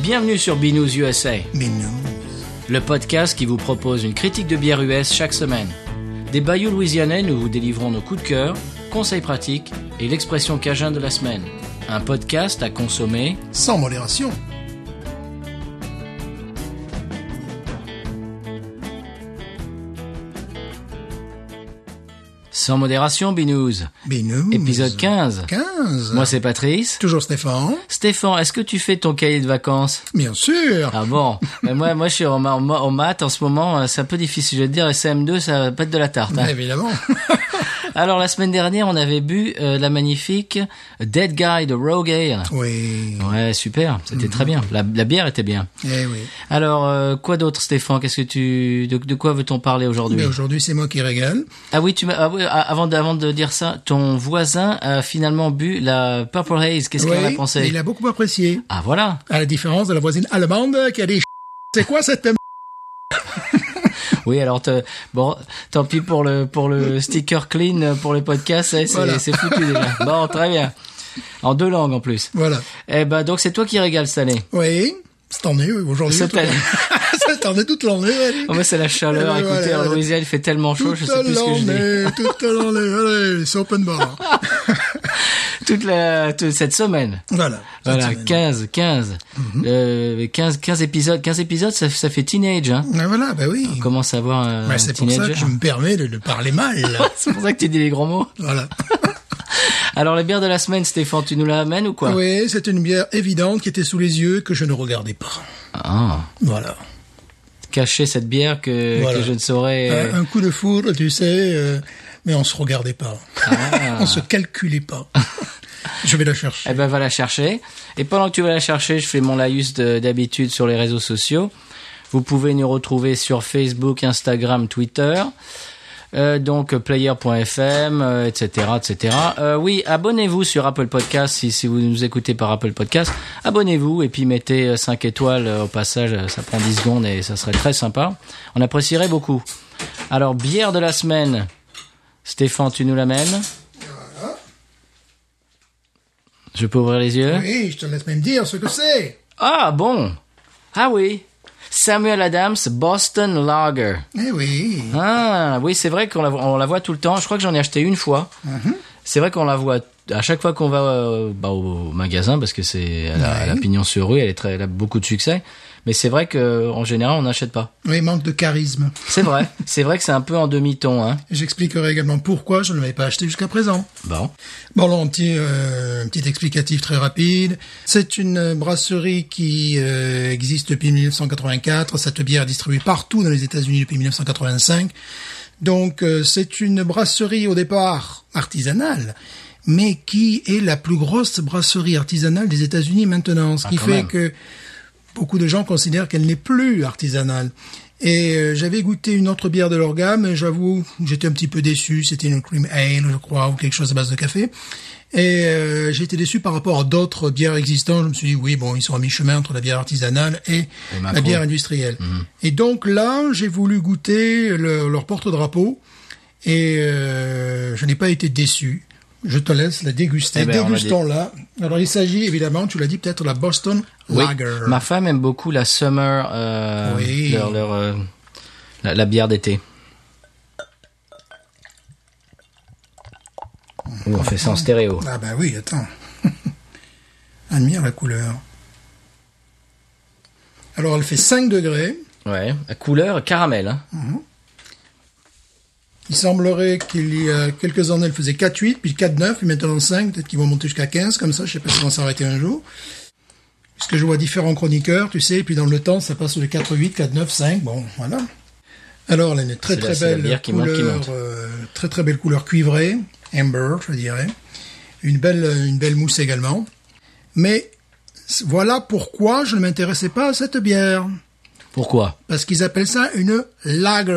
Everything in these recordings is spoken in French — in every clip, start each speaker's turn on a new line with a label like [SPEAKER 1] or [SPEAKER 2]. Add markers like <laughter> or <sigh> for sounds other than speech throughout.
[SPEAKER 1] Bienvenue sur Binous USA,
[SPEAKER 2] Mais non.
[SPEAKER 1] le podcast qui vous propose une critique de bière US chaque semaine. Des bayous louisianais, nous vous délivrons nos coups de cœur, conseils pratiques et l'expression cajun de la semaine. Un podcast à consommer.
[SPEAKER 2] Sans modération.
[SPEAKER 1] Sans modération, Binous.
[SPEAKER 2] Mais non.
[SPEAKER 1] Épisode 15.
[SPEAKER 2] 15.
[SPEAKER 1] Moi, c'est Patrice.
[SPEAKER 2] Toujours Stéphane.
[SPEAKER 1] Stéphane, est-ce que tu fais ton cahier de vacances
[SPEAKER 2] Bien sûr.
[SPEAKER 1] Ah bon Mais Moi, moi, je suis en, ma- en ma- en maths en ce moment. euh, C'est un peu difficile de dire. Et CM2, ça va pas être de la tarte. hein.
[SPEAKER 2] Bah, évidemment.
[SPEAKER 1] <laughs> Alors, la semaine dernière, on avait bu euh, la magnifique Dead Guy de Rogue Ale.
[SPEAKER 2] oui.
[SPEAKER 1] Ouais, super. C'était
[SPEAKER 2] Mhm.
[SPEAKER 1] très bien. La, la bière était bien.
[SPEAKER 2] Eh oui.
[SPEAKER 1] Alors, euh, quoi d'autre, Stéphane Qu'est-ce que tu, de, de quoi veut-on parler aujourd'hui
[SPEAKER 2] Mais aujourd'hui, c'est moi qui régale.
[SPEAKER 1] Ah oui, tu m'as, ah oui, ah, avant de, avant de dire ça, ton voisin a finalement bu la Purple Haze. Qu'est-ce qu'il en a
[SPEAKER 2] Oui,
[SPEAKER 1] pensé
[SPEAKER 2] mais Il a beaucoup apprécié.
[SPEAKER 1] Ah voilà.
[SPEAKER 2] À la différence de la voisine allemande qui a des C'est quoi cette m-
[SPEAKER 1] Oui, alors te- bon, tant pis pour le pour le
[SPEAKER 2] <laughs>
[SPEAKER 1] sticker clean euh, pour le podcast, eh, c'est
[SPEAKER 2] Voilà.
[SPEAKER 1] c'est foutu déjà. Bon, très bien. En deux langues en plus.
[SPEAKER 2] Voilà.
[SPEAKER 1] Eh ben donc c'est toi qui régales cette année.
[SPEAKER 2] Oui. Cette année, oui, aujourd'hui.
[SPEAKER 1] Cette
[SPEAKER 2] toute
[SPEAKER 1] année.
[SPEAKER 2] <laughs> Cette année, toute l'année. allez.
[SPEAKER 1] Oh mais c'est la chaleur.
[SPEAKER 2] <laughs> Eh ben,
[SPEAKER 1] Écoutez,
[SPEAKER 2] voilà.
[SPEAKER 1] en Louisiane, il fait tellement chaud,
[SPEAKER 2] Toute
[SPEAKER 1] je sais plus ce que je dis.
[SPEAKER 2] l'année, toute l'année, allez, c'est open bar.
[SPEAKER 1] Toute la toute cette semaine.
[SPEAKER 2] Voilà.
[SPEAKER 1] <laughs>
[SPEAKER 2] Cette
[SPEAKER 1] Voilà,
[SPEAKER 2] semaine.
[SPEAKER 1] 15, 15,
[SPEAKER 2] Mhm.
[SPEAKER 1] euh, 15, 15 épisodes, 15 épisodes, ça, ça fait teenage, hein.
[SPEAKER 2] Ah, Voilà, bah oui.
[SPEAKER 1] On commence à voir un,
[SPEAKER 2] Bah,
[SPEAKER 1] un
[SPEAKER 2] c'est pour ça que
[SPEAKER 1] teenager.
[SPEAKER 2] je me permets de, de parler mal.
[SPEAKER 1] <laughs> C'est pour ça que tu dis les grands mots.
[SPEAKER 2] voilà.
[SPEAKER 1] Alors, la bière de la semaine, Stéphane, tu nous la amènes ou quoi?
[SPEAKER 2] Oui, c'est une bière évidente qui était sous les yeux que je ne regardais pas.
[SPEAKER 1] Ah.
[SPEAKER 2] Voilà.
[SPEAKER 1] Cacher cette bière que,
[SPEAKER 2] Voilà.
[SPEAKER 1] que je ne saurais. euh,
[SPEAKER 2] Un, un coup de foudre, tu sais, euh, mais on se regardait pas.
[SPEAKER 1] Ah.
[SPEAKER 2] <laughs> on se calculait pas. je vais la chercher.
[SPEAKER 1] Eh ben, va la chercher. Et pendant que tu vas la chercher, je fais mon laïus de- d'habitude sur les réseaux sociaux. Vous pouvez nous retrouver sur Facebook, Instagram, Twitter. Euh, donc euh, player.fm, euh, etc., etc. Euh, oui, abonnez-vous sur Apple Podcast si, si vous nous écoutez par Apple Podcast. Abonnez-vous et puis mettez 5 étoiles euh, au passage. euh, Ça prend 10 secondes et ça serait très sympa. On apprécierait beaucoup. Alors bière de la semaine. Stéphane, tu nous l'amènes. Je peux ouvrir les yeux.
[SPEAKER 2] Oui, je te laisse même dire ce que c'est.
[SPEAKER 1] Ah bon Ah oui Samuel Adams, Boston Lager.
[SPEAKER 2] Eh oui.
[SPEAKER 1] Ah oui, c'est vrai qu'on la, voit- on la voit tout le temps. Je crois que j'en ai acheté une fois. C'est vrai qu'on la voit à chaque fois qu'on va euh, bah, au magasin parce que c'est elle a, elle a pignon sur rue, elle, est très, elle a beaucoup de succès. Mais c'est vrai que en général, on n'achète pas.
[SPEAKER 2] Oui, manque de charisme.
[SPEAKER 1] C'est vrai. c'est vrai que c'est un peu en demi-ton. Hein.
[SPEAKER 2] J'expliquerai également pourquoi je ne l'avais pas acheté jusqu'à présent.
[SPEAKER 1] Bon.
[SPEAKER 2] Bon, alors, un petit, euh, un petit explicatif très rapide. C'est une euh, brasserie qui euh, existe depuis 1984. Cette bière est distribuée partout dans les États-Unis depuis 1985. Donc, euh, c'est une brasserie au départ artisanale, mais qui est la plus grosse brasserie artisanale des États-Unis maintenant. Ce qui
[SPEAKER 1] Ah, quand
[SPEAKER 2] fait
[SPEAKER 1] même.
[SPEAKER 2] que beaucoup de gens considèrent qu'elle n'est plus artisanale. Et euh, j'avais goûté une autre bière de leur gamme, et j'avoue, j'étais un petit peu déçu. C'était une cream ale, je crois, ou quelque chose à base de café. Et euh, j'ai été déçu par rapport à d'autres bières existantes. Je me suis dit, oui, bon, ils sont à mi-chemin entre la bière artisanale et, la
[SPEAKER 1] macro. Mhm.
[SPEAKER 2] bière industrielle. Et donc là, j'ai voulu goûter le- leur porte-drapeau, et euh, je n'ai pas été déçu. Je te laisse la déguster.
[SPEAKER 1] Eh ben, on la dé-
[SPEAKER 2] Dégustons-la. Alors, il s'agit évidemment, tu l'as dit peut-être, la Boston
[SPEAKER 1] Oui.
[SPEAKER 2] Lager.
[SPEAKER 1] Ma femme aime beaucoup la summer, euh,
[SPEAKER 2] Oui.
[SPEAKER 1] leur, leur, euh, la, la bière d'été. Ouh, on fait ça en stéréo.
[SPEAKER 2] Ah bah oui, attends. <laughs> Admire la couleur. Alors elle fait 5 degrés.
[SPEAKER 1] Ouais, la couleur caramel. hein.
[SPEAKER 2] Mm. Il semblerait qu'il y a quelques années, elle faisait 4,8, puis 4,9, puis maintenant 5. Peut-être qu'ils vont monter jusqu'à 15, comme ça, je sais pas si on va s'arrêter un jour. Puisque je vois différents chroniqueurs, tu sais, et puis dans le temps, ça passe de 4,8, 4,9, 5, bon, voilà. Alors, elle a une très
[SPEAKER 1] C'est
[SPEAKER 2] très
[SPEAKER 1] la- c'est la
[SPEAKER 2] belle
[SPEAKER 1] bière qui monte, qui
[SPEAKER 2] couleur,
[SPEAKER 1] monte.
[SPEAKER 2] euh, très très belle couleur cuivrée, amber, je dirais. Une belle, une belle mousse également. Mais voilà pourquoi je ne m'intéressais pas à cette bière.
[SPEAKER 1] Pourquoi
[SPEAKER 2] Parce qu'ils appellent ça une lager.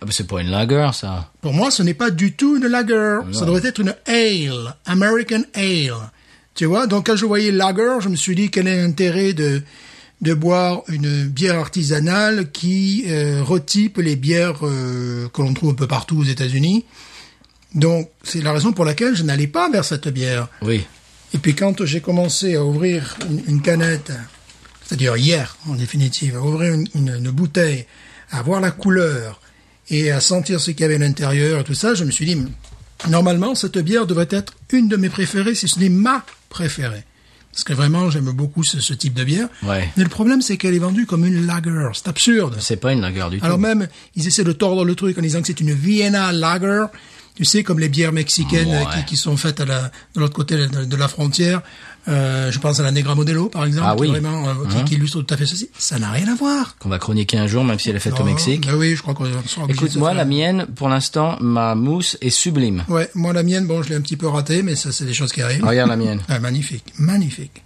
[SPEAKER 1] Ah bah, C'est pas une lager, ça.
[SPEAKER 2] Pour moi, ce n'est pas du tout une lager. Ça devrait être une ale, American ale. Tu vois, donc quand je voyais lager, je me suis dit quel est l'intérêt de de boire une bière artisanale qui euh, retype les bières euh, que l'on trouve un peu partout aux États-Unis. Donc c'est la raison pour laquelle je n'allais pas vers cette bière.
[SPEAKER 1] Oui.
[SPEAKER 2] Et puis quand j'ai commencé à ouvrir une, une canette c'est-à-dire hier en définitive, à ouvrir une, une- une bouteille, à voir la couleur et à sentir ce qu'il y avait à l'intérieur et tout ça, je me suis dit, normalement, cette bière devrait être une de mes préférées, si ce n'est ma préférée. Parce que vraiment, j'aime beaucoup ce, ce type de bière.
[SPEAKER 1] Ouais.
[SPEAKER 2] Mais le problème, c'est qu'elle est vendue comme une lager. C'est absurde.
[SPEAKER 1] C'est pas une lagueur du
[SPEAKER 2] Alors
[SPEAKER 1] tout.
[SPEAKER 2] même, ils essaient de tordre le truc en disant que c'est une Vienna Lager. Tu sais, comme les bières mexicaines
[SPEAKER 1] Ouais.
[SPEAKER 2] euh, qui, qui sont faites à la, de l'autre côté de, de la frontière. Euh, je pense à la Negra Modelo, par exemple,
[SPEAKER 1] Ah
[SPEAKER 2] qui,
[SPEAKER 1] oui.
[SPEAKER 2] vraiment, euh, qui-
[SPEAKER 1] Mhm.
[SPEAKER 2] qui illustre tout à fait ceci. Ça n'a rien à voir.
[SPEAKER 1] Qu'on va chroniquer un jour, même si elle est faite au
[SPEAKER 2] Non,
[SPEAKER 1] Mexique.
[SPEAKER 2] ben oui, je crois qu'on sera obligé de se
[SPEAKER 1] Écoute, moi,
[SPEAKER 2] faire-
[SPEAKER 1] la mienne, pour l'instant, ma mousse est sublime.
[SPEAKER 2] Ouais, moi, la mienne, bon, je l'ai un petit peu ratée, mais ça, c'est des choses qui arrivent.
[SPEAKER 1] Regarde la
[SPEAKER 2] <laughs>
[SPEAKER 1] mienne.
[SPEAKER 2] Ah, magnifique, magnifique.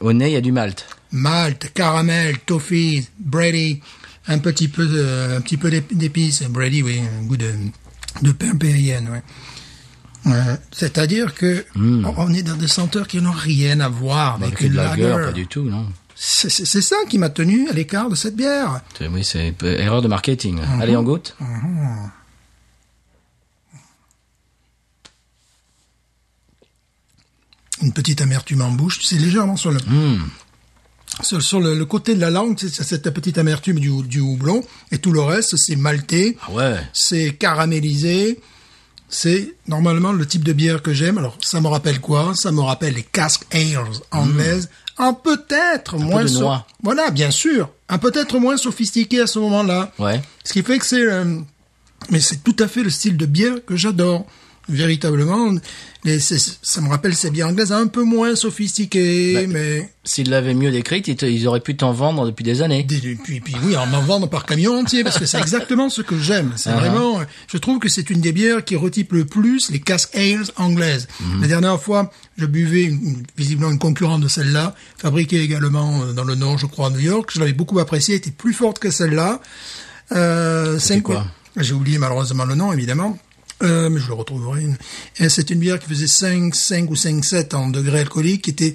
[SPEAKER 1] Au nez, il y a du malt.
[SPEAKER 2] Malte, caramel, toffee, brady, un petit peu de, un petit peu d'ép- d'épices, brady, oui, un goût de, de pain périenne, ouais. Euh, C'est-à-dire que
[SPEAKER 1] Hmm.
[SPEAKER 2] on- on est dans des senteurs qui n'ont rien à voir avec
[SPEAKER 1] Avec une
[SPEAKER 2] une
[SPEAKER 1] lagueur, pas
[SPEAKER 2] lager.
[SPEAKER 1] du tout, non.
[SPEAKER 2] C'est c'est- c'est ça qui m'a tenu à l'écart de cette bière.
[SPEAKER 1] C'est- Oui, c'est p- erreur de marketing.
[SPEAKER 2] Mm-hmm.
[SPEAKER 1] là. Allez, on goûte.
[SPEAKER 2] Mm. Une petite amertume en bouche, c'est légèrement sur le
[SPEAKER 1] Hmm.
[SPEAKER 2] sur, sur le, le côté de la langue, c'est c'est cette petite amertume du, du houblon et tout le reste, c'est maltais.
[SPEAKER 1] Ah ouais.
[SPEAKER 2] c'est caramélisé. C'est normalement le type de bière que j'aime. Alors, ça me rappelle quoi Ça me rappelle les casques ales anglaises. Un peut-être moins...
[SPEAKER 1] Hmm. de
[SPEAKER 2] so-
[SPEAKER 1] noix.
[SPEAKER 2] Voilà, bien sûr. Un peut-être moins sophistiqué à ce moment-là.
[SPEAKER 1] Ouais.
[SPEAKER 2] Ce qui fait que c'est... euh, mais c'est tout à fait le style de bière que j'adore. Véritablement, les, c'est- ça me rappelle ces bières anglaises un peu moins
[SPEAKER 1] Bah,
[SPEAKER 2] sophistiquées, mais...
[SPEAKER 1] S'ils l'avaient mieux décrite, ils, te- ils auraient pu t'en vendre depuis des années.
[SPEAKER 2] Des- des- Puis, puis oui, en en vendre par camion entier, parce que c'est exactement ce que j'aime. C'est vraiment, euh, je trouve que c'est une des bières qui retype le plus les casques ales anglaises. La dernière fois, je buvais une- une- visiblement une concurrente de celle-là, fabriquée également euh, dans le Nord, je crois, à New York. Je l'avais beaucoup appréciée, elle était plus forte que celle-là. Euh, cinq-
[SPEAKER 1] quoi
[SPEAKER 2] J'ai oublié malheureusement le nom, évidemment. Euh, mais je le retrouverai. Et c'est une bière qui faisait 5, 5 ou 5, 7 en degrés alcooliques, qui était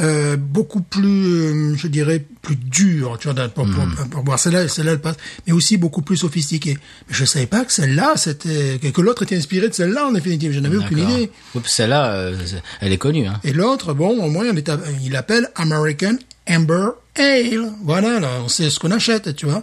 [SPEAKER 2] euh, beaucoup plus, euh, je dirais, plus dure, tu vois, dans- pour, pour- pour boire. Celle-là, celle-là, elle passe, mais aussi beaucoup plus sophistiquée. Mais je savais pas que celle-là, c'était, que, que l'autre était inspirée de celle-là, en définitive. Je n'avais aucune
[SPEAKER 1] D'accord.
[SPEAKER 2] idée.
[SPEAKER 1] Oups, Celle-là, euh, c'est- elle est connue. Hein.
[SPEAKER 2] Et l'autre, bon, au moins, on est à- il appelle American Amber Ale. Voilà, là, on sait ce qu'on achète, tu vois.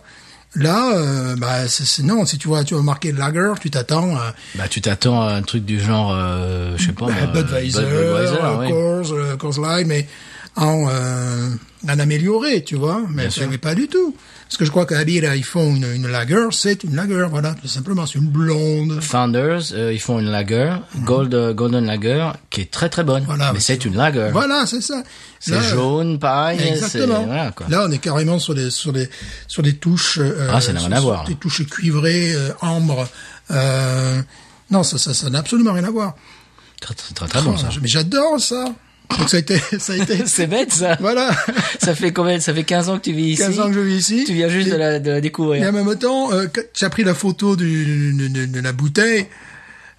[SPEAKER 2] Là, euh, bah, c'est, c'est- non, si tu vois, tu vois marqué Lager, tu t'attends à
[SPEAKER 1] Bah, tu t'attends à un truc du genre, euh, je sais pas. moi,
[SPEAKER 2] Bah, Budweiser,
[SPEAKER 1] Bud- Budweiser,
[SPEAKER 2] euh,
[SPEAKER 1] ouais.
[SPEAKER 2] Coors, euh, Coors Light, mais en, euh, en amélioré, tu vois. Mais ça n'avait pas du tout. Parce que je crois qu'à là, ils font une, une Lager, c'est une Lager, voilà, tout simplement, c'est une blonde.
[SPEAKER 1] Founders, euh, ils font une lager, Gold, euh, Golden Lager, qui est très très bonne.
[SPEAKER 2] Mhm. Voilà,
[SPEAKER 1] mais
[SPEAKER 2] oui,
[SPEAKER 1] c'est une lager.
[SPEAKER 2] Voilà, c'est ça. Là,
[SPEAKER 1] C'est jaune, pareil. c'est-
[SPEAKER 2] Exactement.
[SPEAKER 1] Voilà, quoi.
[SPEAKER 2] Là, on est carrément sur des sur des sur des touches. euh,
[SPEAKER 1] Ah, ça n'a
[SPEAKER 2] sur-
[SPEAKER 1] rien à
[SPEAKER 2] sur
[SPEAKER 1] voir.
[SPEAKER 2] Des touches cuivrées, euh, ambre. euh, non, ça ça ça n'a absolument rien à voir. Oh,
[SPEAKER 1] Très très très, très bon ça.
[SPEAKER 2] Mais j'adore ça. Donc ça a été ça a été
[SPEAKER 1] <laughs> C'est bête ça.
[SPEAKER 2] voilà.
[SPEAKER 1] Ça fait combien Ça fait 15 ans que tu vis ici.
[SPEAKER 2] 15 ans que je vis ici.
[SPEAKER 1] Tu viens juste
[SPEAKER 2] Et-
[SPEAKER 1] de la, de la
[SPEAKER 2] Mais
[SPEAKER 1] découvrir.
[SPEAKER 2] en même temps, euh, quand tu as pris la photo du, de, de- de la bouteille,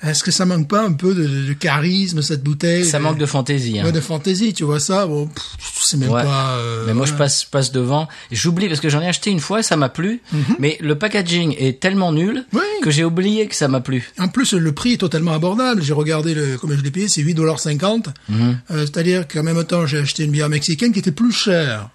[SPEAKER 2] est-ce que ça manque pas un peu de, de- de charisme cette bouteille
[SPEAKER 1] Ça
[SPEAKER 2] de,
[SPEAKER 1] manque de fantaisie. hein.
[SPEAKER 2] ouais, de fantaisie, tu vois ça Bon, pff, c'est même
[SPEAKER 1] Ouais.
[SPEAKER 2] pas. euh,
[SPEAKER 1] mais moi je
[SPEAKER 2] voilà.
[SPEAKER 1] passe je passe devant Et j'oublie parce que j'en ai acheté une fois ça m'a plu mais le packaging est tellement nul
[SPEAKER 2] Mhm. Oui.
[SPEAKER 1] que j'ai oublié que ça m'a plu
[SPEAKER 2] En plus, le prix est totalement abordable. J'ai regardé le, combien je l'ai payé, c'est 8,50$.
[SPEAKER 1] Mhm.
[SPEAKER 2] Euh, C'est-à-dire qu'en même temps, j'ai acheté une bière mexicaine qui était plus chère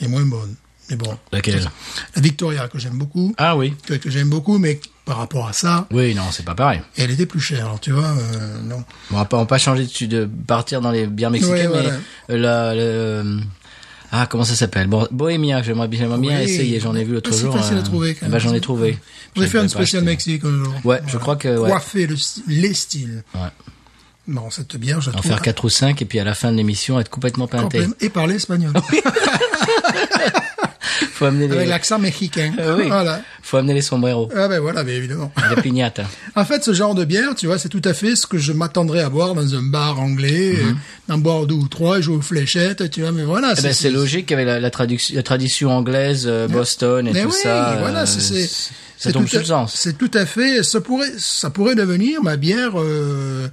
[SPEAKER 2] et moins bonne. Mais bon,
[SPEAKER 1] laquelle
[SPEAKER 2] la Victoria que j'aime beaucoup,
[SPEAKER 1] ah oui
[SPEAKER 2] que, que j'aime beaucoup, mais par rapport à ça,
[SPEAKER 1] oui non c'est pas pareil
[SPEAKER 2] elle était plus chère. Alors tu vois, euh, non.
[SPEAKER 1] on va pas on va pas changer de, de partir dans les bières mexicaines
[SPEAKER 2] Ouais,
[SPEAKER 1] mais la, le- ah comment ça s'appelle Bon, Bohemia j'aimerais bien j'aimerais bien
[SPEAKER 2] Oui. Ah,
[SPEAKER 1] essayer j'en ai vu l'autre
[SPEAKER 2] C'est
[SPEAKER 1] jour
[SPEAKER 2] facile à trouver, quand
[SPEAKER 1] eh ben,
[SPEAKER 2] même.
[SPEAKER 1] j'en ai trouvé
[SPEAKER 2] J'ai
[SPEAKER 1] Je l'ai
[SPEAKER 2] fait un
[SPEAKER 1] pas
[SPEAKER 2] spécial
[SPEAKER 1] acheté.
[SPEAKER 2] Mexique un jour.
[SPEAKER 1] Ouais, je crois que, ouais.
[SPEAKER 2] Coiffer le st- les styles.
[SPEAKER 1] Ouais.
[SPEAKER 2] Non, cette bière, je la
[SPEAKER 1] en
[SPEAKER 2] trouve
[SPEAKER 1] faire quatre ou cinq et puis à la fin de l'émission être complètement peinté
[SPEAKER 2] complètement- Et parler
[SPEAKER 1] <laughs>
[SPEAKER 2] espagnol.
[SPEAKER 1] faut amener les
[SPEAKER 2] Avec l'accent mexicain.
[SPEAKER 1] Euh, oui.
[SPEAKER 2] Voilà.
[SPEAKER 1] faut amener les sombreros
[SPEAKER 2] Ah ben voilà, mais évidemment.
[SPEAKER 1] les piñatas
[SPEAKER 2] En fait, ce genre de bière, tu vois, c'est tout à fait ce que je m'attendrais à boire dans un bar anglais, euh, d'en boire deux ou trois, et jouer aux fléchettes, tu vois, mais voilà.
[SPEAKER 1] Mhm. Eh ben, c'est logique avec la, la, traduc- la tradition anglaise, euh, Boston et
[SPEAKER 2] Mais
[SPEAKER 1] tout
[SPEAKER 2] oui,
[SPEAKER 1] ça.
[SPEAKER 2] voilà,
[SPEAKER 1] euh,
[SPEAKER 2] c'est- c'est-
[SPEAKER 1] ça
[SPEAKER 2] c'est
[SPEAKER 1] tombe
[SPEAKER 2] tout
[SPEAKER 1] sous
[SPEAKER 2] à-
[SPEAKER 1] le sens.
[SPEAKER 2] C'est tout à fait, ça pourrait, ça pourrait devenir ma bière euh,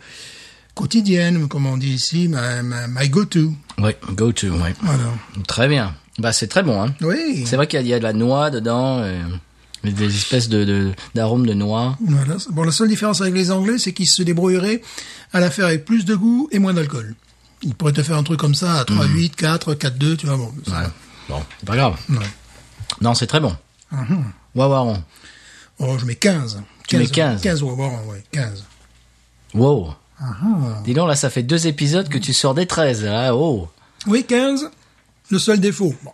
[SPEAKER 2] quotidienne, comme on dit ici, ma, ma, my go-to.
[SPEAKER 1] Oui, go to, oui.
[SPEAKER 2] Voilà.
[SPEAKER 1] Très bien. Bah, c'est très bon, hein.
[SPEAKER 2] Oui.
[SPEAKER 1] C'est vrai qu'il y, a- il y a de la noix dedans, euh, et des espèces de, de, d'arômes de noix.
[SPEAKER 2] Voilà. Bon, la seule différence avec les Anglais, c'est qu'ils se débrouilleraient à la faire avec plus de goût et moins d'alcool. il pourrait te faire un truc comme ça à 3, 8, 4, 4, 2, tu vois. Bon, ça
[SPEAKER 1] Mhm. Ouais. Bon, c'est pas grave.
[SPEAKER 2] va. Ouais. Mhm.
[SPEAKER 1] Non, c'est très bon. Wawaron.
[SPEAKER 2] Oh, je mets 15.
[SPEAKER 1] Tu mets 15.
[SPEAKER 2] 15 au avoir, ouais, Ah, 15.
[SPEAKER 1] Wow. Dis donc, là, ça fait deux épisodes que tu sors des 13. Là. Oh.
[SPEAKER 2] Oui, 15. Le seul défaut. bon.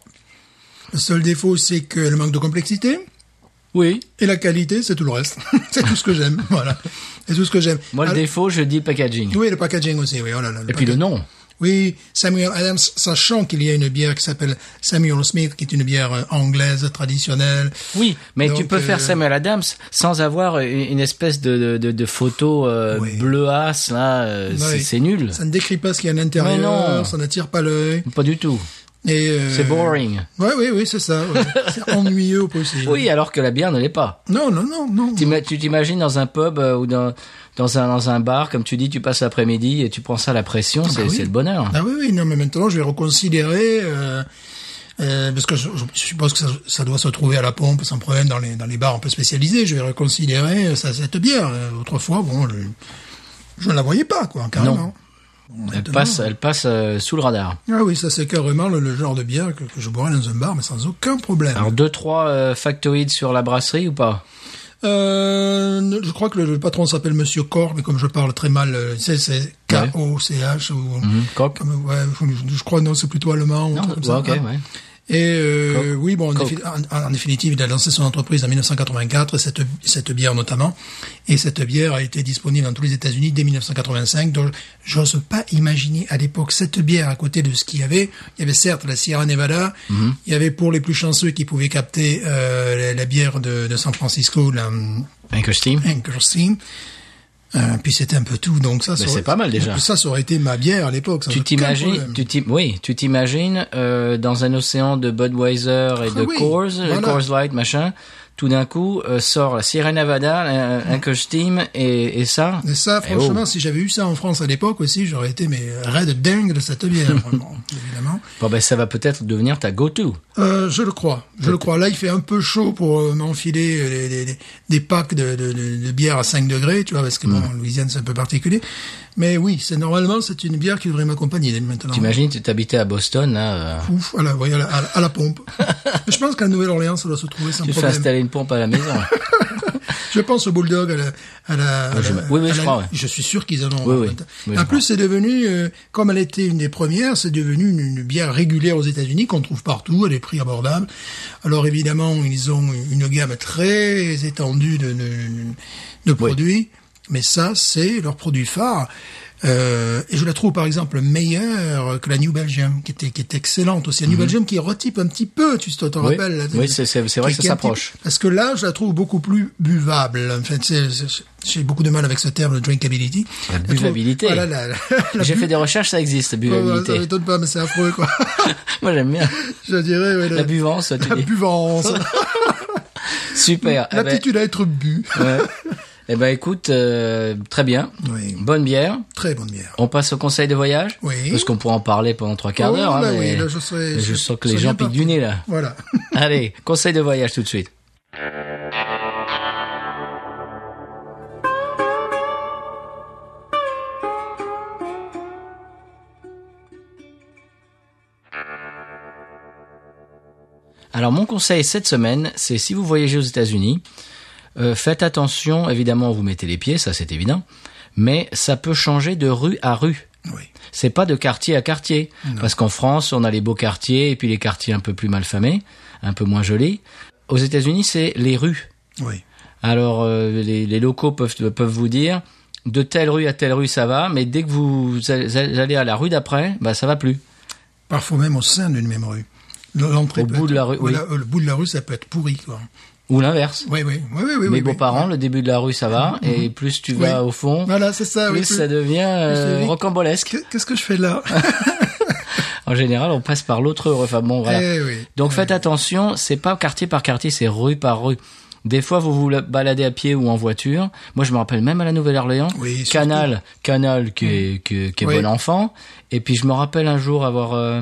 [SPEAKER 2] Le seul défaut, c'est que le manque de complexité.
[SPEAKER 1] Oui.
[SPEAKER 2] Et la qualité, c'est tout le reste. <laughs> c'est tout ce que j'aime. <laughs> Voilà. C'est tout ce que j'aime.
[SPEAKER 1] Moi, le
[SPEAKER 2] Alors-
[SPEAKER 1] défaut, je dis le packaging.
[SPEAKER 2] Ah Oui, le packaging aussi, oui. Oh là là,
[SPEAKER 1] Et puis le
[SPEAKER 2] packaging.
[SPEAKER 1] nom.
[SPEAKER 2] Oui, Samuel Adams, sachant qu'il y a une bière qui s'appelle Samuel Smith, qui est une bière euh, anglaise traditionnelle.
[SPEAKER 1] Oui, mais tu
[SPEAKER 2] Donc,
[SPEAKER 1] peux faire
[SPEAKER 2] euh,
[SPEAKER 1] Samuel Adams sans avoir une une espèce de, de, de, de photo euh,
[SPEAKER 2] Oui.
[SPEAKER 1] bleuasse, là. euh, c'est-
[SPEAKER 2] Oui.
[SPEAKER 1] C'est nul.
[SPEAKER 2] Ça ne décrit pas ce qu'il y a à l'intérieur,
[SPEAKER 1] Mais non.
[SPEAKER 2] ça n'attire pas l'œil.
[SPEAKER 1] Pas du tout.
[SPEAKER 2] et, euh,
[SPEAKER 1] C'est boring.
[SPEAKER 2] Oui, oui, oui, c'est ça.
[SPEAKER 1] <laughs>
[SPEAKER 2] ouais. c'est ennuyeux au possible.
[SPEAKER 1] Oui, alors que la bière ne l'est pas.
[SPEAKER 2] Non, non, non, non.
[SPEAKER 1] T'ima- Tu t'imagines dans un pub euh, ou dans, dans, un, dans un bar, comme tu dis, tu passes l'après-midi et tu prends ça à la pression, c'est
[SPEAKER 2] oui.
[SPEAKER 1] c'est le bonheur.
[SPEAKER 2] Ah oui, oui, non, mais maintenant je vais reconsidérer, euh, euh, parce que je, je suppose que ça, ça doit se trouver à la pompe sans problème dans les, dans les bars un peu spécialisés, je vais reconsidérer euh, ça, cette bière. Euh, autrefois, bon, je, je ne la voyais pas, quoi, carrément.
[SPEAKER 1] Elle passe, elle passe euh, sous le radar.
[SPEAKER 2] Ah oui, ça c'est carrément le, le genre de bière que, que je boirais dans un bar, mais sans aucun problème.
[SPEAKER 1] Alors deux trois euh, factoïdes sur la brasserie ou pas
[SPEAKER 2] Euh, je crois que le, le patron s'appelle Monsieur Cor, mais comme je parle très mal, euh, c'est- c'est
[SPEAKER 1] Ouais. Mhm.
[SPEAKER 2] K-O-C-H, ou...
[SPEAKER 1] Hmm, Coq.
[SPEAKER 2] comme- ouais, je, je crois, non, c'est plutôt allemand. ou un
[SPEAKER 1] Non,
[SPEAKER 2] truc comme
[SPEAKER 1] ouais,
[SPEAKER 2] ça.
[SPEAKER 1] ok,
[SPEAKER 2] Ah.
[SPEAKER 1] ouais.
[SPEAKER 2] Et euh, oui, bon, en,
[SPEAKER 1] Coke.
[SPEAKER 2] défi- en- en définitive, il a lancé son entreprise en 1984, cette, cette bière notamment. Et cette bière a été disponible dans tous les États-Unis dès 1985. Donc, j'ose pas imaginer à l'époque cette bière à côté de ce qu'il y avait. Il y avait certes la Sierra Nevada,
[SPEAKER 1] Mhm.
[SPEAKER 2] il y avait pour les plus chanceux qui pouvaient capter euh, la, la bière de, de San Francisco, la hum,
[SPEAKER 1] Anchor Steam.
[SPEAKER 2] Anchorstein. Euh, puis c'était un peu tout, donc ça, ça
[SPEAKER 1] Ben, c'est
[SPEAKER 2] aurait-
[SPEAKER 1] pas mal, déjà.
[SPEAKER 2] Ça, ça aurait été ma bière à l'époque. sans
[SPEAKER 1] Tu
[SPEAKER 2] aucun
[SPEAKER 1] t'imagines,
[SPEAKER 2] problème.
[SPEAKER 1] tu t'im- oui, tu t'imagines euh, dans un océan de Budweiser et de
[SPEAKER 2] Ah oui,
[SPEAKER 1] Coors,
[SPEAKER 2] voilà.
[SPEAKER 1] Coors Light, machin. Tout d'un coup euh, sort la Sirène Nevada, euh, Anchor Steam et, et ça.
[SPEAKER 2] Et ça,
[SPEAKER 1] Eh oh.
[SPEAKER 2] franchement, si j'avais eu ça en France à l'époque aussi, j'aurais été mais euh, raide dingue de cette
[SPEAKER 1] <laughs>
[SPEAKER 2] bière, vraiment, évidemment.
[SPEAKER 1] Bon ben ça va peut-être devenir ta go-to.
[SPEAKER 2] Euh, je le crois, je le crois. Là, il fait un peu chaud pour euh, m'enfiler euh, les- les- les- des packs de, de, de- de bière à 5 degrés, tu vois, parce que bon, en Louisiane, c'est un peu particulier. Mais oui, c'est normalement, c'est une bière qui devrait m'accompagner maintenant.
[SPEAKER 1] T'imagines, tu t'habitais à Boston, là, euh,
[SPEAKER 2] Ouf, à la, oui, à la, à la- à
[SPEAKER 1] <laughs>
[SPEAKER 2] la pompe. je pense qu'à Nouvelle-Orléans, ça doit se trouver sans
[SPEAKER 1] tu fais
[SPEAKER 2] problème.
[SPEAKER 1] installer une pompe à la maison.
[SPEAKER 2] Je pense au Bulldog à la. À la, à
[SPEAKER 1] Ah, je-
[SPEAKER 2] la-
[SPEAKER 1] oui, oui,
[SPEAKER 2] à
[SPEAKER 1] je
[SPEAKER 2] la-
[SPEAKER 1] crois, ouais.
[SPEAKER 2] Je suis sûr qu'ils en ont.
[SPEAKER 1] Oui, oui. Oui, je
[SPEAKER 2] en
[SPEAKER 1] crois.
[SPEAKER 2] plus, c'est devenu, euh, comme elle était une des premières, c'est devenu une, une bière régulière aux États-Unis qu'on trouve partout à des prix abordables. Alors évidemment, ils ont une gamme très étendue de, de, de produits, mais ça, c'est leur produit phare. Euh, et je la trouve par exemple meilleure que la New Belgium, qui était qui est excellente aussi. La New Belgium qui retype un petit peu, tu te t'en
[SPEAKER 1] Mhm. Oui.
[SPEAKER 2] rappelles la-
[SPEAKER 1] Oui, c'est- c'est- c'est vrai
[SPEAKER 2] qui-
[SPEAKER 1] que ça
[SPEAKER 2] qui est un petit
[SPEAKER 1] s'approche.
[SPEAKER 2] peu- Parce que là, je la trouve beaucoup plus buvable. En fait, c'est- c'est- j'ai beaucoup de mal avec ce terme de drinkability.
[SPEAKER 1] La
[SPEAKER 2] Je trouve-
[SPEAKER 1] buvabilité.
[SPEAKER 2] Voilà, la, la- <laughs> <laughs> la
[SPEAKER 1] J'ai
[SPEAKER 2] bu-
[SPEAKER 1] fait des recherches, ça existe, la
[SPEAKER 2] Ouais, ouais, Ça
[SPEAKER 1] buvabilité.
[SPEAKER 2] m'étonne pas, mais c'est affreux, quoi. <laughs>
[SPEAKER 1] Moi j'aime bien
[SPEAKER 2] je dirais, ouais,
[SPEAKER 1] la buvance, tu dis.
[SPEAKER 2] La
[SPEAKER 1] <laughs>
[SPEAKER 2] buvance.
[SPEAKER 1] Super. Eh ben,
[SPEAKER 2] L'aptitude à être bu.
[SPEAKER 1] ouais. Eh ben écoute, euh, très bien.
[SPEAKER 2] Oui.
[SPEAKER 1] Bonne bière.
[SPEAKER 2] Très bonne bière.
[SPEAKER 1] On passe au conseil de voyage
[SPEAKER 2] Oui.
[SPEAKER 1] Parce qu'on pourra en parler pendant trois quarts
[SPEAKER 2] Oh,
[SPEAKER 1] d'heure. hein,
[SPEAKER 2] là,
[SPEAKER 1] mais
[SPEAKER 2] oui, là, je serais-
[SPEAKER 1] mais je
[SPEAKER 2] je-
[SPEAKER 1] sens que
[SPEAKER 2] je
[SPEAKER 1] les
[SPEAKER 2] serais
[SPEAKER 1] gens
[SPEAKER 2] bien
[SPEAKER 1] piquent du
[SPEAKER 2] parti.
[SPEAKER 1] nez
[SPEAKER 2] <laughs>
[SPEAKER 1] là.
[SPEAKER 2] Voilà.
[SPEAKER 1] Allez, conseil de voyage tout de suite. Alors mon conseil cette semaine, c'est si vous voyagez aux États-Unis, euh, faites attention, évidemment vous mettez les pieds, ça c'est évident, mais ça peut changer de rue à rue.
[SPEAKER 2] Oui.
[SPEAKER 1] C'est pas de quartier à quartier. Parce qu'en France, on a les beaux quartiers et puis les quartiers un peu plus malfamés, un peu moins jolis. Aux États-Unis, c'est les rues.
[SPEAKER 2] Oui.
[SPEAKER 1] Alors, euh, les, les locaux peuvent, peuvent vous dire de telle rue à telle rue, ça va, mais dès que vous allez allez à la rue d'après, bah, ça va plus.
[SPEAKER 2] Parfois même au sein d'une même rue. L'entrée
[SPEAKER 1] Au
[SPEAKER 2] peut
[SPEAKER 1] bout de
[SPEAKER 2] être-
[SPEAKER 1] la rue, oui.
[SPEAKER 2] voilà, euh, le bout de la rue, ça peut être pourri, quoi.
[SPEAKER 1] Ou l'inverse.
[SPEAKER 2] Oui, oui, oui, oui, oui.
[SPEAKER 1] Mes
[SPEAKER 2] oui,
[SPEAKER 1] beaux-parents, le début de la rue, ça
[SPEAKER 2] <laughs>
[SPEAKER 1] va, et plus tu vas
[SPEAKER 2] Oui.
[SPEAKER 1] au fond,
[SPEAKER 2] Voilà, c'est ça.
[SPEAKER 1] plus
[SPEAKER 2] oui,
[SPEAKER 1] ça devient euh,
[SPEAKER 2] je dis-
[SPEAKER 1] rocambolesque.
[SPEAKER 2] Que- Qu'est-ce que je fais là
[SPEAKER 1] En général, on passe par l'autre rue. Enfin bon, voilà.
[SPEAKER 2] Eh oui.
[SPEAKER 1] Donc faites attention, c'est pas quartier par quartier, c'est rue par rue. Des fois, vous vous la- baladez à pied ou en voiture. Moi, je me rappelle même à la Nouvelle-Orléans,
[SPEAKER 2] Oui, surtout. Mm.
[SPEAKER 1] Canal, Canal qui est, qui est- qui est
[SPEAKER 2] Oui.
[SPEAKER 1] bon enfant. Et puis, je me rappelle un jour avoir euh,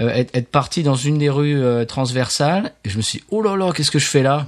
[SPEAKER 1] euh, être, être parti dans une des rues euh, transversales. Et je me suis dit, oh là là, qu'est-ce que je fais là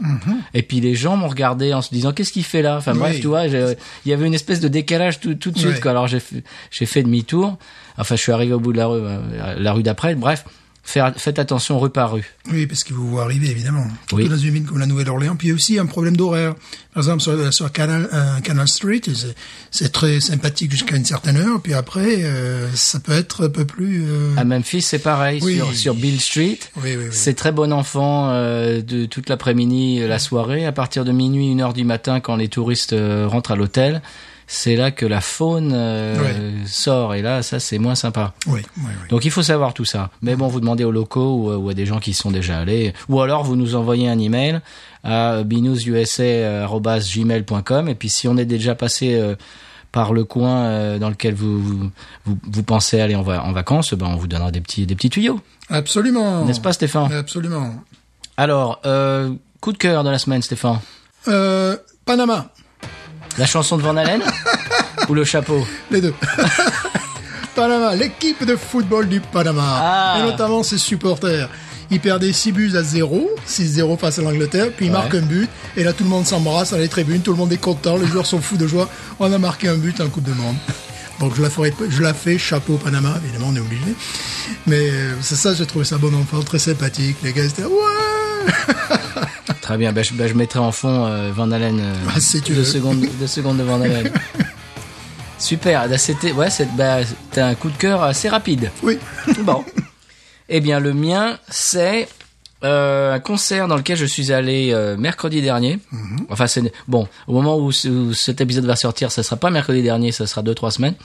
[SPEAKER 1] Et puis les gens m'ont regardé en se disant, qu'est-ce qu'il fait là Enfin bref,
[SPEAKER 2] Mm-hmm. Oui.
[SPEAKER 1] tu vois, j'ai- il y avait une espèce de décalage tout, tout de suite.
[SPEAKER 2] Ouais.
[SPEAKER 1] Quoi. Alors j'ai fait, j'ai fait demi-tour. Enfin, je suis arrivé au bout de la rue, euh, la rue d'après. Bref, faire, faites attention rue par rue.
[SPEAKER 2] Oui, parce qu'ils vous voient arriver, évidemment. Surtout
[SPEAKER 1] Oui.
[SPEAKER 2] dans une ville comme la Nouvelle-Orléans. Puis il y a aussi un problème d'horaire. Par exemple, sur, sur Canal, euh, Canal Street, c'est- c'est très sympathique jusqu'à une certaine heure. Puis après, euh, ça peut être un peu plus... euh,
[SPEAKER 1] À Memphis, c'est pareil,
[SPEAKER 2] Oui.
[SPEAKER 1] sur, sur Bill Street.
[SPEAKER 2] oui, oui, oui.
[SPEAKER 1] Ah, C'est très bon enfant euh, de toute l'après-midi, euh, la soirée. À partir de minuit, une heure du matin, quand les touristes euh, rentrent à l'hôtel, c'est là que la faune euh, sort. Et là, ça, c'est moins sympa.
[SPEAKER 2] Oui, oui, oui.
[SPEAKER 1] Donc, il faut savoir tout ça. Mais bon, vous demandez aux locaux ou, euh, ou à des gens qui y sont déjà allés. Ou alors, vous nous envoyez un email à binoususa.gmail.com. Et puis, si on est déjà passé... euh, par le coin euh, dans lequel vous, vous, vous- vous pensez aller en, va- en vacances, ben on vous donnera des petits, des petits tuyaux.
[SPEAKER 2] Absolument.
[SPEAKER 1] N'est-ce pas, Stéphane
[SPEAKER 2] Absolument.
[SPEAKER 1] alors, euh, coup de cœur de la semaine, Stéphane.
[SPEAKER 2] Euh, Panama,
[SPEAKER 1] La chanson de Van Halen
[SPEAKER 2] <laughs>
[SPEAKER 1] ou le chapeau
[SPEAKER 2] les deux. <laughs> Panama, l'équipe de football du Panama,
[SPEAKER 1] Ah.
[SPEAKER 2] et notamment ses supporters. Ils perdaient 6 buts à 0, 6-0 face à l'Angleterre, puis ils
[SPEAKER 1] Ouais.
[SPEAKER 2] marquent un but, et là tout le monde s'embrasse dans les tribunes, tout le monde est content, les joueurs sont fous de joie, on a marqué un but en Coupe de Monde. Donc je la, ferai, je la fais, chapeau Panama, évidemment on est obligé. Mais euh, c'est ça, j'ai trouvé ça bon enfant, très sympathique, les gars étaient ouais
[SPEAKER 1] Très bien, ben, je, ben, je mettrai en fond euh, Van Halen. euh,
[SPEAKER 2] Ah, si tu
[SPEAKER 1] deux,
[SPEAKER 2] veux.
[SPEAKER 1] secondes, deux secondes de Van
[SPEAKER 2] <laughs>
[SPEAKER 1] Halen. Super, ben, c'était ouais, c'est- ben, t'as un coup de cœur assez rapide.
[SPEAKER 2] Oui,
[SPEAKER 1] Bon. <laughs> Eh bien, le mien, c'est euh, un concert dans lequel je suis allé euh, mercredi dernier. Enfin, c'est bon. Au moment où, ce- où cet épisode va sortir, ça sera pas mercredi dernier, ça sera deux trois semaines.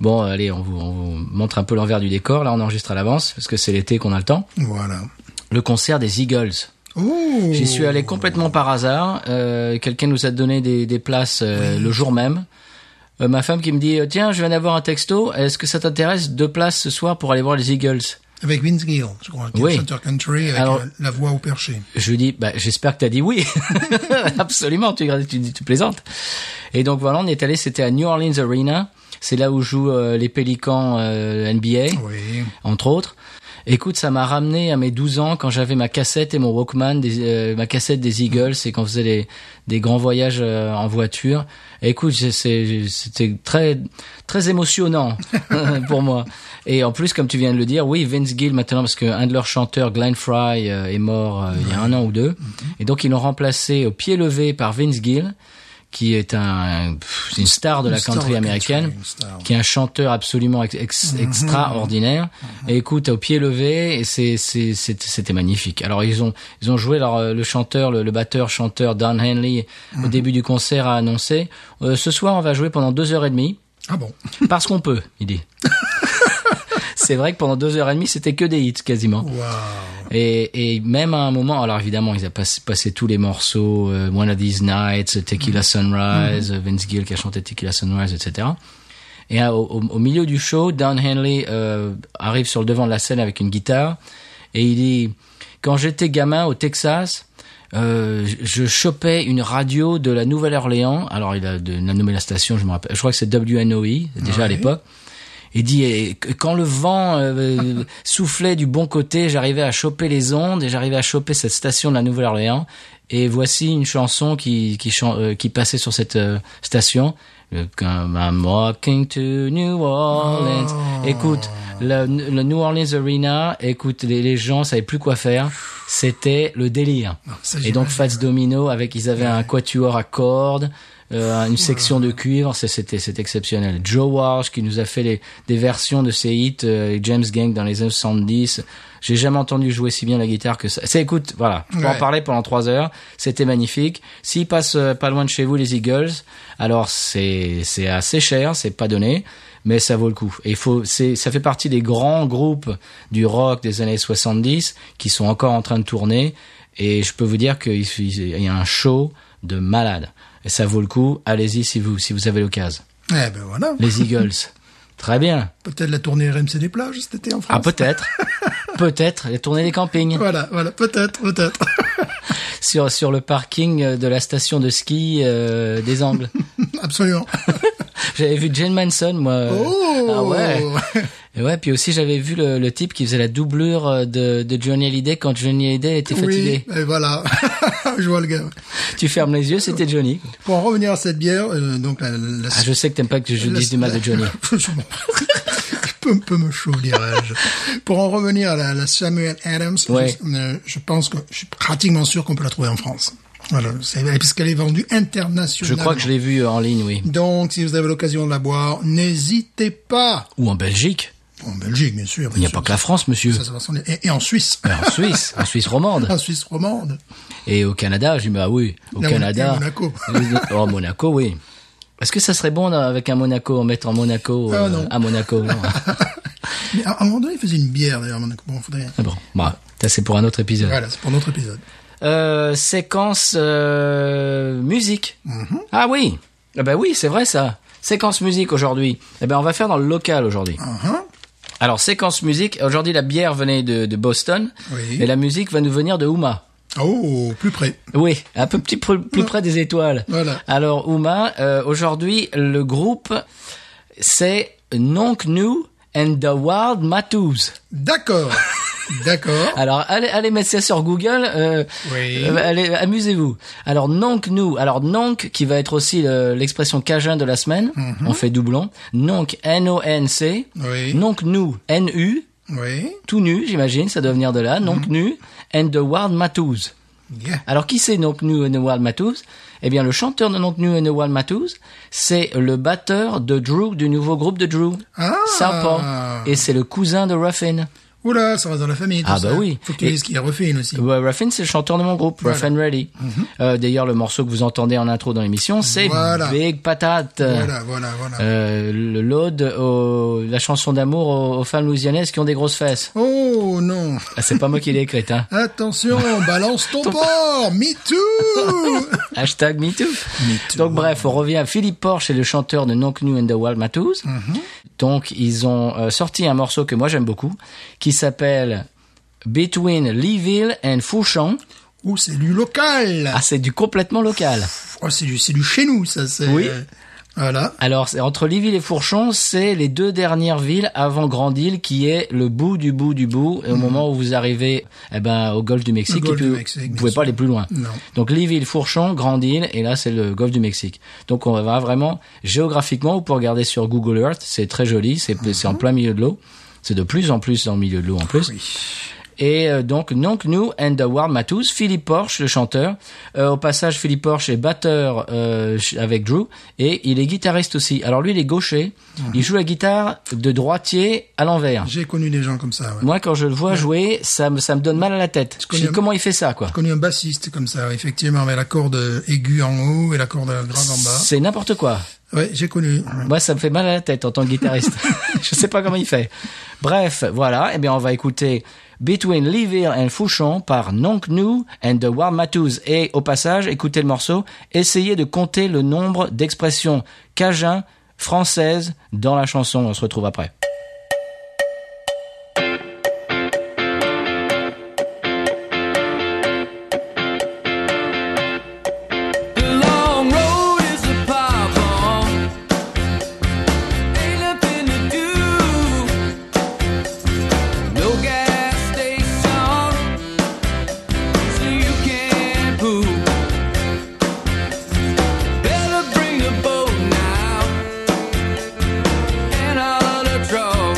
[SPEAKER 1] Bon, allez, on vous, on vous montre un peu l'envers du décor. Là, on enregistre à l'avance parce que c'est l'été qu'on a le temps.
[SPEAKER 2] voilà.
[SPEAKER 1] Le concert des Eagles.
[SPEAKER 2] Oh.
[SPEAKER 1] J'y suis allé complètement par hasard. Euh, Quelqu'un nous a donné des, des places euh, le jour même. Euh, ma femme qui me dit tiens, je viens d'avoir un texto. Est-ce que ça t'intéresse deux places ce soir pour aller voir les Eagles
[SPEAKER 2] Avec Vince Gill, je crois, qui est
[SPEAKER 1] Oui.
[SPEAKER 2] Center Country, avec
[SPEAKER 1] Alors-
[SPEAKER 2] euh, la voix au perché.
[SPEAKER 1] Je lui dis, bah, j'espère que t'as dit oui. <laughs> Absolument, tu, tu, dis- tu plaisantes. Et donc voilà, on est allé, c'était à New Orleans Arena. C'est là où jouent euh, les Pélicans euh, NBA,
[SPEAKER 2] Oui.
[SPEAKER 1] entre autres. Écoute, ça m'a ramené à mes 12 ans quand j'avais ma cassette et mon Walkman, des, euh, ma cassette des Eagles et quand on faisait des, des grands voyages euh, en voiture. Et écoute, j'ai- c'est- c'était très très émotionnant <laughs> pour moi. Et en plus, comme tu viens de le dire, oui, Vince Gill maintenant parce qu'un de leurs chanteurs, Glenn Fry, euh, est mort euh, il y a un an ou deux,
[SPEAKER 2] Mhm.
[SPEAKER 1] et donc ils l'ont remplacé au pied levé par Vince Gill, qui est un pff, une star de la
[SPEAKER 2] Une star
[SPEAKER 1] country
[SPEAKER 2] de
[SPEAKER 1] américaine
[SPEAKER 2] country, une star.
[SPEAKER 1] qui est un chanteur absolument ex- ex- extraordinaire. Et écoute, au pied levé, et c'est, c'est, c'est- c'était magnifique. Alors ils ont, ils ont joué leur, euh, le chanteur, le, le batteur chanteur Don Henley au début du concert a annoncé euh, ce soir on va jouer pendant deux heures et demie
[SPEAKER 2] Ah bon
[SPEAKER 1] parce qu'on peut, il dit. c'est vrai que pendant deux heures et demie c'était que des hits quasiment.
[SPEAKER 2] Waouh
[SPEAKER 1] Et, et même à un moment, alors évidemment, ils ont passé, passé tous les morceaux, euh, One of These Nights, Tequila Sunrise, euh, Vince Gill qui a chanté Tequila Sunrise, etc. Et à- au, au- au milieu du show, Don Henley euh, arrive sur le devant de la scène avec une guitare et il dit Quand j'étais gamin au Texas, euh, je- je chopais une radio de la Nouvelle-Orléans. Alors il a, de, il a nommé la station, je me rappelle. Je crois que c'est WNOE E, déjà à
[SPEAKER 2] Ouais.
[SPEAKER 1] l'époque. Il dit et que- quand le vent euh, <laughs> soufflait du bon côté, j'arrivais à choper les ondes et j'arrivais à choper cette station de la Nouvelle-Orléans. Et voici une chanson qui qui, chan- euh, qui passait sur cette euh, station. Euh, Come I'm walking to New Orleans.
[SPEAKER 2] Oh.
[SPEAKER 1] Écoute, le, le New Orleans Arena. Écoute, les, les gens savaient plus quoi faire. C'était le délire.
[SPEAKER 2] ça,
[SPEAKER 1] Et donc
[SPEAKER 2] j'imagine.
[SPEAKER 1] Fats Domino avec ils avaient un quatuor à cordes, euh,
[SPEAKER 2] Ah.
[SPEAKER 1] une section de cuivre, c'est- c'était c'est exceptionnel. Joe Walsh qui nous a fait les, des versions de ses hits euh, James Gang dans les années 70. J'ai jamais entendu jouer si bien la guitare que ça. C'est écoute, voilà, on peut en
[SPEAKER 2] Ouais.
[SPEAKER 1] parler pendant trois heures, c'était magnifique. S'ils passent euh, pas loin de chez vous les Eagles, alors c'est c'est assez cher, c'est pas donné. Mais ça vaut le coup. Et il faut, c'est, ça fait partie des grands groupes du rock des années 70 qui sont encore en train de tourner. Et je peux vous dire qu'il f- il y a un show de malade. Et ça vaut le coup. Allez-y si vous, si vous avez l'occasion.
[SPEAKER 2] Eh ben voilà.
[SPEAKER 1] Les Eagles. Très bien.
[SPEAKER 2] Peut-être la tournée RMC des plages cet été en France.
[SPEAKER 1] Ah, peut-être. peut-être. La tournée des campings.
[SPEAKER 2] Voilà, voilà, peut-être, peut-être. <laughs>
[SPEAKER 1] Sur, sur le parking euh, de la station de ski euh, des Angles. Ah
[SPEAKER 2] Absolument.
[SPEAKER 1] J'avais vu Jane Manson, moi. euh,
[SPEAKER 2] Oh
[SPEAKER 1] Ah ouais. Et ouais, puis aussi j'avais vu le, le type qui faisait la doublure euh, de, de Johnny Hallyday quand Johnny Hallyday était fatigué.
[SPEAKER 2] Oui, et voilà, <laughs> je vois le gars.
[SPEAKER 1] Tu fermes les yeux, c'était Johnny.
[SPEAKER 2] Pour en revenir à cette bière, euh, donc la, la-
[SPEAKER 1] Ah, je sais que t'aimes pas que je
[SPEAKER 2] la-
[SPEAKER 1] dise du mal de Johnny.
[SPEAKER 2] <laughs> Je m'en- peu, peu me chaud, dirais-je. Pour en revenir à la, la Samuel Adams,
[SPEAKER 1] Ouais.
[SPEAKER 2] je, euh, je pense que je suis pratiquement sûr qu'on peut la trouver en France. Voilà, c'est- puisqu'elle est vendue
[SPEAKER 1] Je
[SPEAKER 2] internationalement.
[SPEAKER 1] crois que je l'ai vu euh, en ligne, oui.
[SPEAKER 2] Donc, si vous avez l'occasion de la boire, n'hésitez pas.
[SPEAKER 1] Ou en Belgique.
[SPEAKER 2] En Belgique, bien sûr.
[SPEAKER 1] Il n'y a pas que Ah. la France, monsieur.
[SPEAKER 2] Ça, ça va s'en- et, et en Suisse.
[SPEAKER 1] Mais en Suisse, en Suisse romande.
[SPEAKER 2] En Suisse romande.
[SPEAKER 1] Et au Canada, je dis, bah oui, au
[SPEAKER 2] Là,
[SPEAKER 1] Canada.
[SPEAKER 2] et Monaco.
[SPEAKER 1] <laughs> oh, Monaco, oui. Est-ce que ça serait bon là, avec un Monaco, en mettre en Monaco, euh,
[SPEAKER 2] Ah, non.
[SPEAKER 1] à Monaco non. <laughs>
[SPEAKER 2] Mais à, à un moment donné, il faisait une bière, d'ailleurs. donc Bon, faudrait...
[SPEAKER 1] Ah Bon, bah, ça c'est pour un autre épisode.
[SPEAKER 2] Voilà, c'est pour notre épisode.
[SPEAKER 1] Euh, séquence euh, musique. Ah oui, ah bah oui, c'est vrai ça. Séquence musique aujourd'hui. Eh ben on va faire dans le local aujourd'hui.
[SPEAKER 2] Uh-huh.
[SPEAKER 1] Alors séquence musique. Aujourd'hui la bière venait de, de Boston
[SPEAKER 2] Oui.
[SPEAKER 1] et la musique va nous venir de Houma.
[SPEAKER 2] Oh, plus près.
[SPEAKER 1] Oui, un peu petit pr- plus près des étoiles.
[SPEAKER 2] Voilà.
[SPEAKER 1] Alors Uma, euh, aujourd'hui le groupe c'est Nonk New and the Wild Matoos.
[SPEAKER 2] D'accord. D'accord.
[SPEAKER 1] Alors allez allez mettre ça sur Google. euh,
[SPEAKER 2] Oui.
[SPEAKER 1] euh, allez amusez-vous. Alors Nonk New, alors Nonk qui va être aussi le- l'expression cajun de la semaine. On fait doublon. Nonk N O N C.
[SPEAKER 2] Mhm. Oui.
[SPEAKER 1] Nonk New N U
[SPEAKER 2] Oui.
[SPEAKER 1] tout nu j'imagine ça doit venir de là. Nonk
[SPEAKER 2] Mhm.
[SPEAKER 1] Nu and the Wild Matoos.
[SPEAKER 2] Yeah.
[SPEAKER 1] Alors qui c'est Nonk New and the Wild Matoos Eh bien le chanteur de Nonk New and the Wild Matoos, c'est le batteur de Drew, du nouveau groupe de Drew,
[SPEAKER 2] Ah.
[SPEAKER 1] Southpaw. Et c'est le cousin de Ruffin.
[SPEAKER 2] Oula, ça va dans la famille. tout
[SPEAKER 1] Ah, bah
[SPEAKER 2] ça.
[SPEAKER 1] oui.
[SPEAKER 2] Faut que tu
[SPEAKER 1] Et-
[SPEAKER 2] dises qu'il y a refait une aussi.
[SPEAKER 1] Ouais, Ruffin, Bah, c'est le chanteur de mon groupe, Ruffin Ready.
[SPEAKER 2] Mhm.
[SPEAKER 1] Euh, D'ailleurs, le morceau que vous entendez en intro dans l'émission, c'est
[SPEAKER 2] Voilà.
[SPEAKER 1] Big Patate.
[SPEAKER 2] Voilà, voilà, voilà.
[SPEAKER 1] Euh, le- l'ode, au- la chanson d'amour aux, aux femmes louisianaises qui ont des grosses fesses.
[SPEAKER 2] Oh non.
[SPEAKER 1] Ah, c'est pas moi qui l'ai écrite,
[SPEAKER 2] <laughs>
[SPEAKER 1] hein. <laughs>
[SPEAKER 2] Attention, balance ton porc. Me too.
[SPEAKER 1] Hashtag MeToo. Donc bref, on revient à Philippe Porsche et le chanteur de Nonk New and the Wild Matoos.
[SPEAKER 2] Mhm.
[SPEAKER 1] Donc ils ont euh, sorti un morceau que moi j'aime beaucoup, qui s'appelle Between Leeville and Fouchon.
[SPEAKER 2] Oh, c'est du local.
[SPEAKER 1] Ah, c'est du complètement local.
[SPEAKER 2] Oh, c'est du, c'est du chez nous, ça. c'est-
[SPEAKER 1] Oui.
[SPEAKER 2] Voilà.
[SPEAKER 1] Alors, c'est entre Liville et Fourchon, c'est les deux dernières villes avant Grande-Île qui est le bout du bout du bout. Et au moment où vous arrivez eh ben, au golfe du Mexique,
[SPEAKER 2] Mhm. golfe
[SPEAKER 1] et puis
[SPEAKER 2] du
[SPEAKER 1] vous-
[SPEAKER 2] Mexique,
[SPEAKER 1] vous
[SPEAKER 2] bien
[SPEAKER 1] pouvez
[SPEAKER 2] sûr.
[SPEAKER 1] pas aller plus loin.
[SPEAKER 2] Non.
[SPEAKER 1] Donc, Liville, Fourchon, Grande-Île, et là, c'est le golfe du Mexique. Donc, on va vraiment, géographiquement, vous pouvez regarder sur Google Earth, c'est très joli, c'est c'est
[SPEAKER 2] Mhm.
[SPEAKER 1] en plein milieu de l'eau. C'est de plus en plus dans le milieu de l'eau en plus. Et euh, donc, donc nous and the World Matous, Philippe Porsche, le chanteur. Euh, au passage, Philippe Porsche est batteur euh, ch- avec Drew et il est guitariste aussi. Alors lui, il est gaucher. Il joue la guitare de droitier à l'envers.
[SPEAKER 2] J'ai connu des gens comme ça. Ouais.
[SPEAKER 1] Moi, quand je le vois jouer, ça me, ça me donne mal à la tête. Je
[SPEAKER 2] connais
[SPEAKER 1] dis,
[SPEAKER 2] un-
[SPEAKER 1] comment il fait ça, quoi
[SPEAKER 2] J'ai connu un bassiste comme ça, effectivement, avec la corde aiguë en haut et la corde grave en bas.
[SPEAKER 1] C'est n'importe quoi.
[SPEAKER 2] Ouais, j'ai connu.
[SPEAKER 1] Moi, ça me fait mal à la tête en tant que guitariste. <laughs> je sais pas comment il fait. Bref, voilà. Eh bien, on va écouter Between Livir and Fouchon par Nonk New and the War Matoos. Et au passage, écoutez le morceau. Essayez de compter le nombre d'expressions cajun françaises dans la chanson. On se retrouve après.
[SPEAKER 3] The long road is a problem. Ain't nothing to do. No gas station, so you can poop. Better bring a boat now, and I'll draw.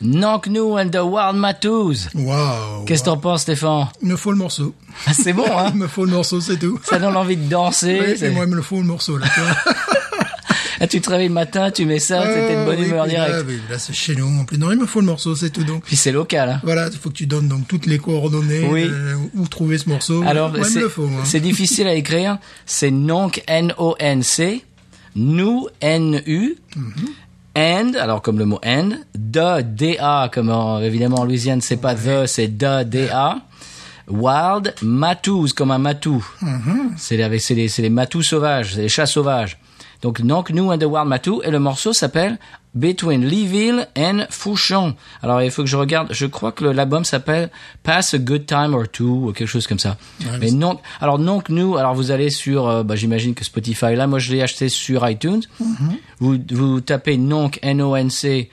[SPEAKER 1] Knock-New and the Wild Mattoos.
[SPEAKER 2] Waouh.
[SPEAKER 1] Qu'est-ce que t'en penses, Stéphane
[SPEAKER 2] Il me faut le morceau.
[SPEAKER 1] Ah, C'est bon, hein
[SPEAKER 2] Il me faut le morceau, c'est tout.
[SPEAKER 1] Ça donne envie de danser.
[SPEAKER 2] Oui,
[SPEAKER 1] c'est-
[SPEAKER 2] mais moi, il me le faut le morceau, là, tu vois.
[SPEAKER 1] Ah, tu te réveilles le matin, tu mets ça, t'étais de bonne
[SPEAKER 2] Ah, oui,
[SPEAKER 1] humeur
[SPEAKER 2] puis
[SPEAKER 1] direct.
[SPEAKER 2] Là, oui, là, c'est chez nous. En plus, non, il me faut le morceau, c'est tout. Donc,
[SPEAKER 1] Puis c'est local. Hein.
[SPEAKER 2] voilà, il faut que tu donnes donc toutes les coordonnées
[SPEAKER 1] Oui.
[SPEAKER 2] euh, où trouver ce morceau.
[SPEAKER 1] Alors,
[SPEAKER 2] Moi, il me
[SPEAKER 1] c'est
[SPEAKER 2] le faut, hein. moi.
[SPEAKER 1] c'est difficile à écrire. C'est nonc, N-O-N-C, nous, N-U, and, alors comme le mot and, the, D-A, comme en- évidemment en Louisiane, c'est pas the, c'est the, D-A. Wild, matous, comme un matou.
[SPEAKER 2] Mm-hmm.
[SPEAKER 1] C'est les, c'est les, c'est les matous sauvages, c'est les chats sauvages. Donc, donc, nous, and the wild matou, et le morceau s'appelle Between Leeville and Fouchon. Alors, il faut que je regarde, je crois que le- l'album s'appelle Pass a Good Time or Two, ou quelque chose comme ça. mais non, alors, donc, nous, alors vous allez sur, euh, bah, j'imagine que Spotify, là, moi je l'ai acheté sur iTunes.
[SPEAKER 2] Mhm.
[SPEAKER 1] vous, vous tapez donc, N-O-N-C,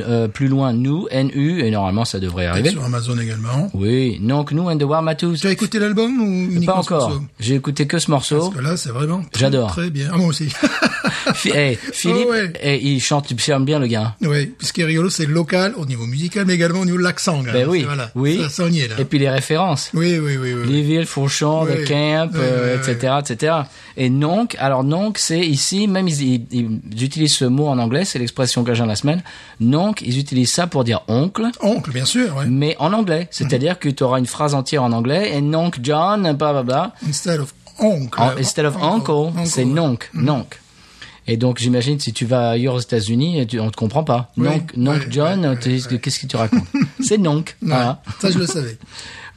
[SPEAKER 1] euh, plus loin, nous, N-U, et normalement ça devrait arriver.
[SPEAKER 2] Sur Amazon également.
[SPEAKER 1] Oui, donc, nous, and the wild matous.
[SPEAKER 2] Tu as écouté l'album ou
[SPEAKER 1] Pas
[SPEAKER 2] uniquement ce
[SPEAKER 1] encore.
[SPEAKER 2] morceau
[SPEAKER 1] J'ai écouté que ce
[SPEAKER 2] Parce
[SPEAKER 1] morceau.
[SPEAKER 2] que là, c'est vraiment. très,
[SPEAKER 1] J'adore.
[SPEAKER 2] Très bien. Ah, moi aussi. <laughs>
[SPEAKER 1] Fi- eh, Philippe,
[SPEAKER 2] Oh ouais.
[SPEAKER 1] eh, il chante il chante bien le gars. hein.
[SPEAKER 2] oui. Ce qui est rigolo, c'est local au niveau musical, mais également au niveau de l'accent. là.
[SPEAKER 1] Ben oui,
[SPEAKER 2] C'est- Voilà.
[SPEAKER 1] oui.
[SPEAKER 2] Ça, ça, on y est, là.
[SPEAKER 1] Et puis les références.
[SPEAKER 2] Oui, oui, oui, oui. oui.
[SPEAKER 1] Les villes, Fourchon,
[SPEAKER 2] Oui.
[SPEAKER 1] The Camp,
[SPEAKER 2] Oui,
[SPEAKER 1] euh,
[SPEAKER 2] oui, oui.
[SPEAKER 1] etc., etc. Et donc, alors donc, c'est ici, même ils, ils- ils utilisent ce mot en anglais, c'est l'expression que j'ai la semaine. Donc, ils utilisent ça pour dire oncle,
[SPEAKER 2] Oncle, bien sûr, ouais.
[SPEAKER 1] mais en anglais. C'est-à-dire que tu auras une phrase entière en anglais, et donc John, blablabla.
[SPEAKER 2] Instead of oncle.
[SPEAKER 1] En- instead of uncle, c'est
[SPEAKER 2] ouais. Mm.
[SPEAKER 1] nonc, nonc. Et donc, j'imagine, si tu vas ailleurs aux États-Unis, tu- on te comprend pas.
[SPEAKER 2] Oui,
[SPEAKER 1] nonc, nonc
[SPEAKER 2] oui,
[SPEAKER 1] John,
[SPEAKER 2] oui,
[SPEAKER 1] tu- qu'est-ce que tu racontes
[SPEAKER 2] <laughs>
[SPEAKER 1] C'est nonc.
[SPEAKER 2] Ouais,
[SPEAKER 1] Voilà.
[SPEAKER 2] Ça, je
[SPEAKER 1] <laughs>
[SPEAKER 2] le savais.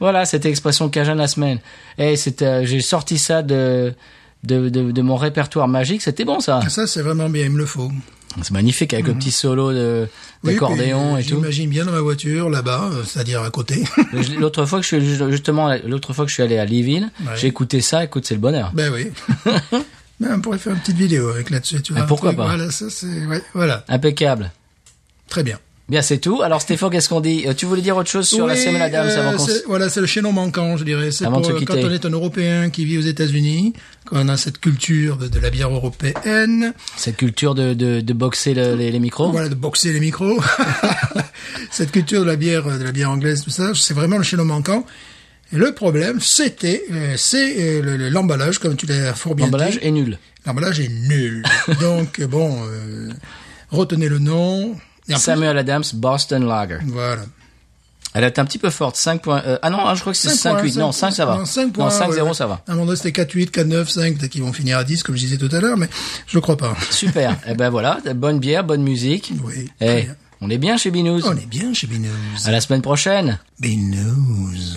[SPEAKER 1] Voilà, cette expression Cajun la semaine. Et c'est, euh, j'ai sorti ça de, de, de, de mon répertoire magique. C'était bon, ça.
[SPEAKER 2] Ça, c'est vraiment bien, il me le faut.
[SPEAKER 1] C'est magnifique avec le petit solo de,
[SPEAKER 2] Mhm. Oui,
[SPEAKER 1] d'accordéon
[SPEAKER 2] puis,
[SPEAKER 1] et tout.
[SPEAKER 2] J'imagine bien dans ma voiture, là-bas, euh, c'est-à-dire à côté. <laughs>
[SPEAKER 1] Je- L'autre fois que je suis, justement, l'autre fois que je suis allé à Louisville,
[SPEAKER 2] Ouais.
[SPEAKER 1] j'ai écouté ça. Écoute, c'est le bonheur.
[SPEAKER 2] ben
[SPEAKER 1] <laughs>
[SPEAKER 2] oui. Ben, on pourrait faire une petite vidéo avec là-dessus, tu vois.
[SPEAKER 1] Ah, pourquoi
[SPEAKER 2] Un truc,
[SPEAKER 1] pas.
[SPEAKER 2] Voilà, ça, c'est, ouais, voilà.
[SPEAKER 1] Impeccable.
[SPEAKER 2] Très bien.
[SPEAKER 1] Bien, c'est tout. Alors, Stéphane, qu'est-ce qu'on dit Euh, Tu voulais dire autre chose sur la
[SPEAKER 2] Oui,
[SPEAKER 1] semaine Adams
[SPEAKER 2] euh,
[SPEAKER 1] avant qu'on s-
[SPEAKER 2] c'est- Voilà, c'est le chaînon manquant, je dirais. C'est
[SPEAKER 1] Avant
[SPEAKER 2] pour
[SPEAKER 1] de se
[SPEAKER 2] euh, quand
[SPEAKER 1] quitter.
[SPEAKER 2] on est un Européen qui vit aux États-Unis, qu'on a cette culture de, de la bière européenne,
[SPEAKER 1] Cette culture de, de, de boxer le- les, les micros
[SPEAKER 2] voilà, de boxer les micros, <laughs> cette culture de la bière, euh, de la bière anglaise, tout ça, c'est vraiment le chaînon manquant. Et le problème, c'était, euh, c'est euh, le- le- l'emballage, comme tu l'as fort bien
[SPEAKER 1] L'emballage
[SPEAKER 2] dit.
[SPEAKER 1] est nul.
[SPEAKER 2] L'emballage
[SPEAKER 1] <laughs>
[SPEAKER 2] est nul. Donc, bon, euh, retenez le nom. Et en plus-
[SPEAKER 1] Samuel Adams, Boston Lager.
[SPEAKER 2] voilà.
[SPEAKER 1] Elle est un petit peu forte, 5 points. euh, ah non, ah, je crois que c'est 5, 8. Non, 5 ça va.
[SPEAKER 2] Non, 5
[SPEAKER 1] non, 5 0 ça va.
[SPEAKER 2] À un moment donné, c'était 4-8, 4-9, 5, peut-être qu'ils vont finir à 10, comme je disais tout à l'heure, mais je le crois pas. <laughs>
[SPEAKER 1] Super. eh ben voilà, bonne bière, bonne musique.
[SPEAKER 2] Oui.
[SPEAKER 1] Eh,
[SPEAKER 2] très bien.
[SPEAKER 1] on est bien chez Binous.
[SPEAKER 2] On est bien chez Binous.
[SPEAKER 1] À la semaine prochaine.
[SPEAKER 2] Binous.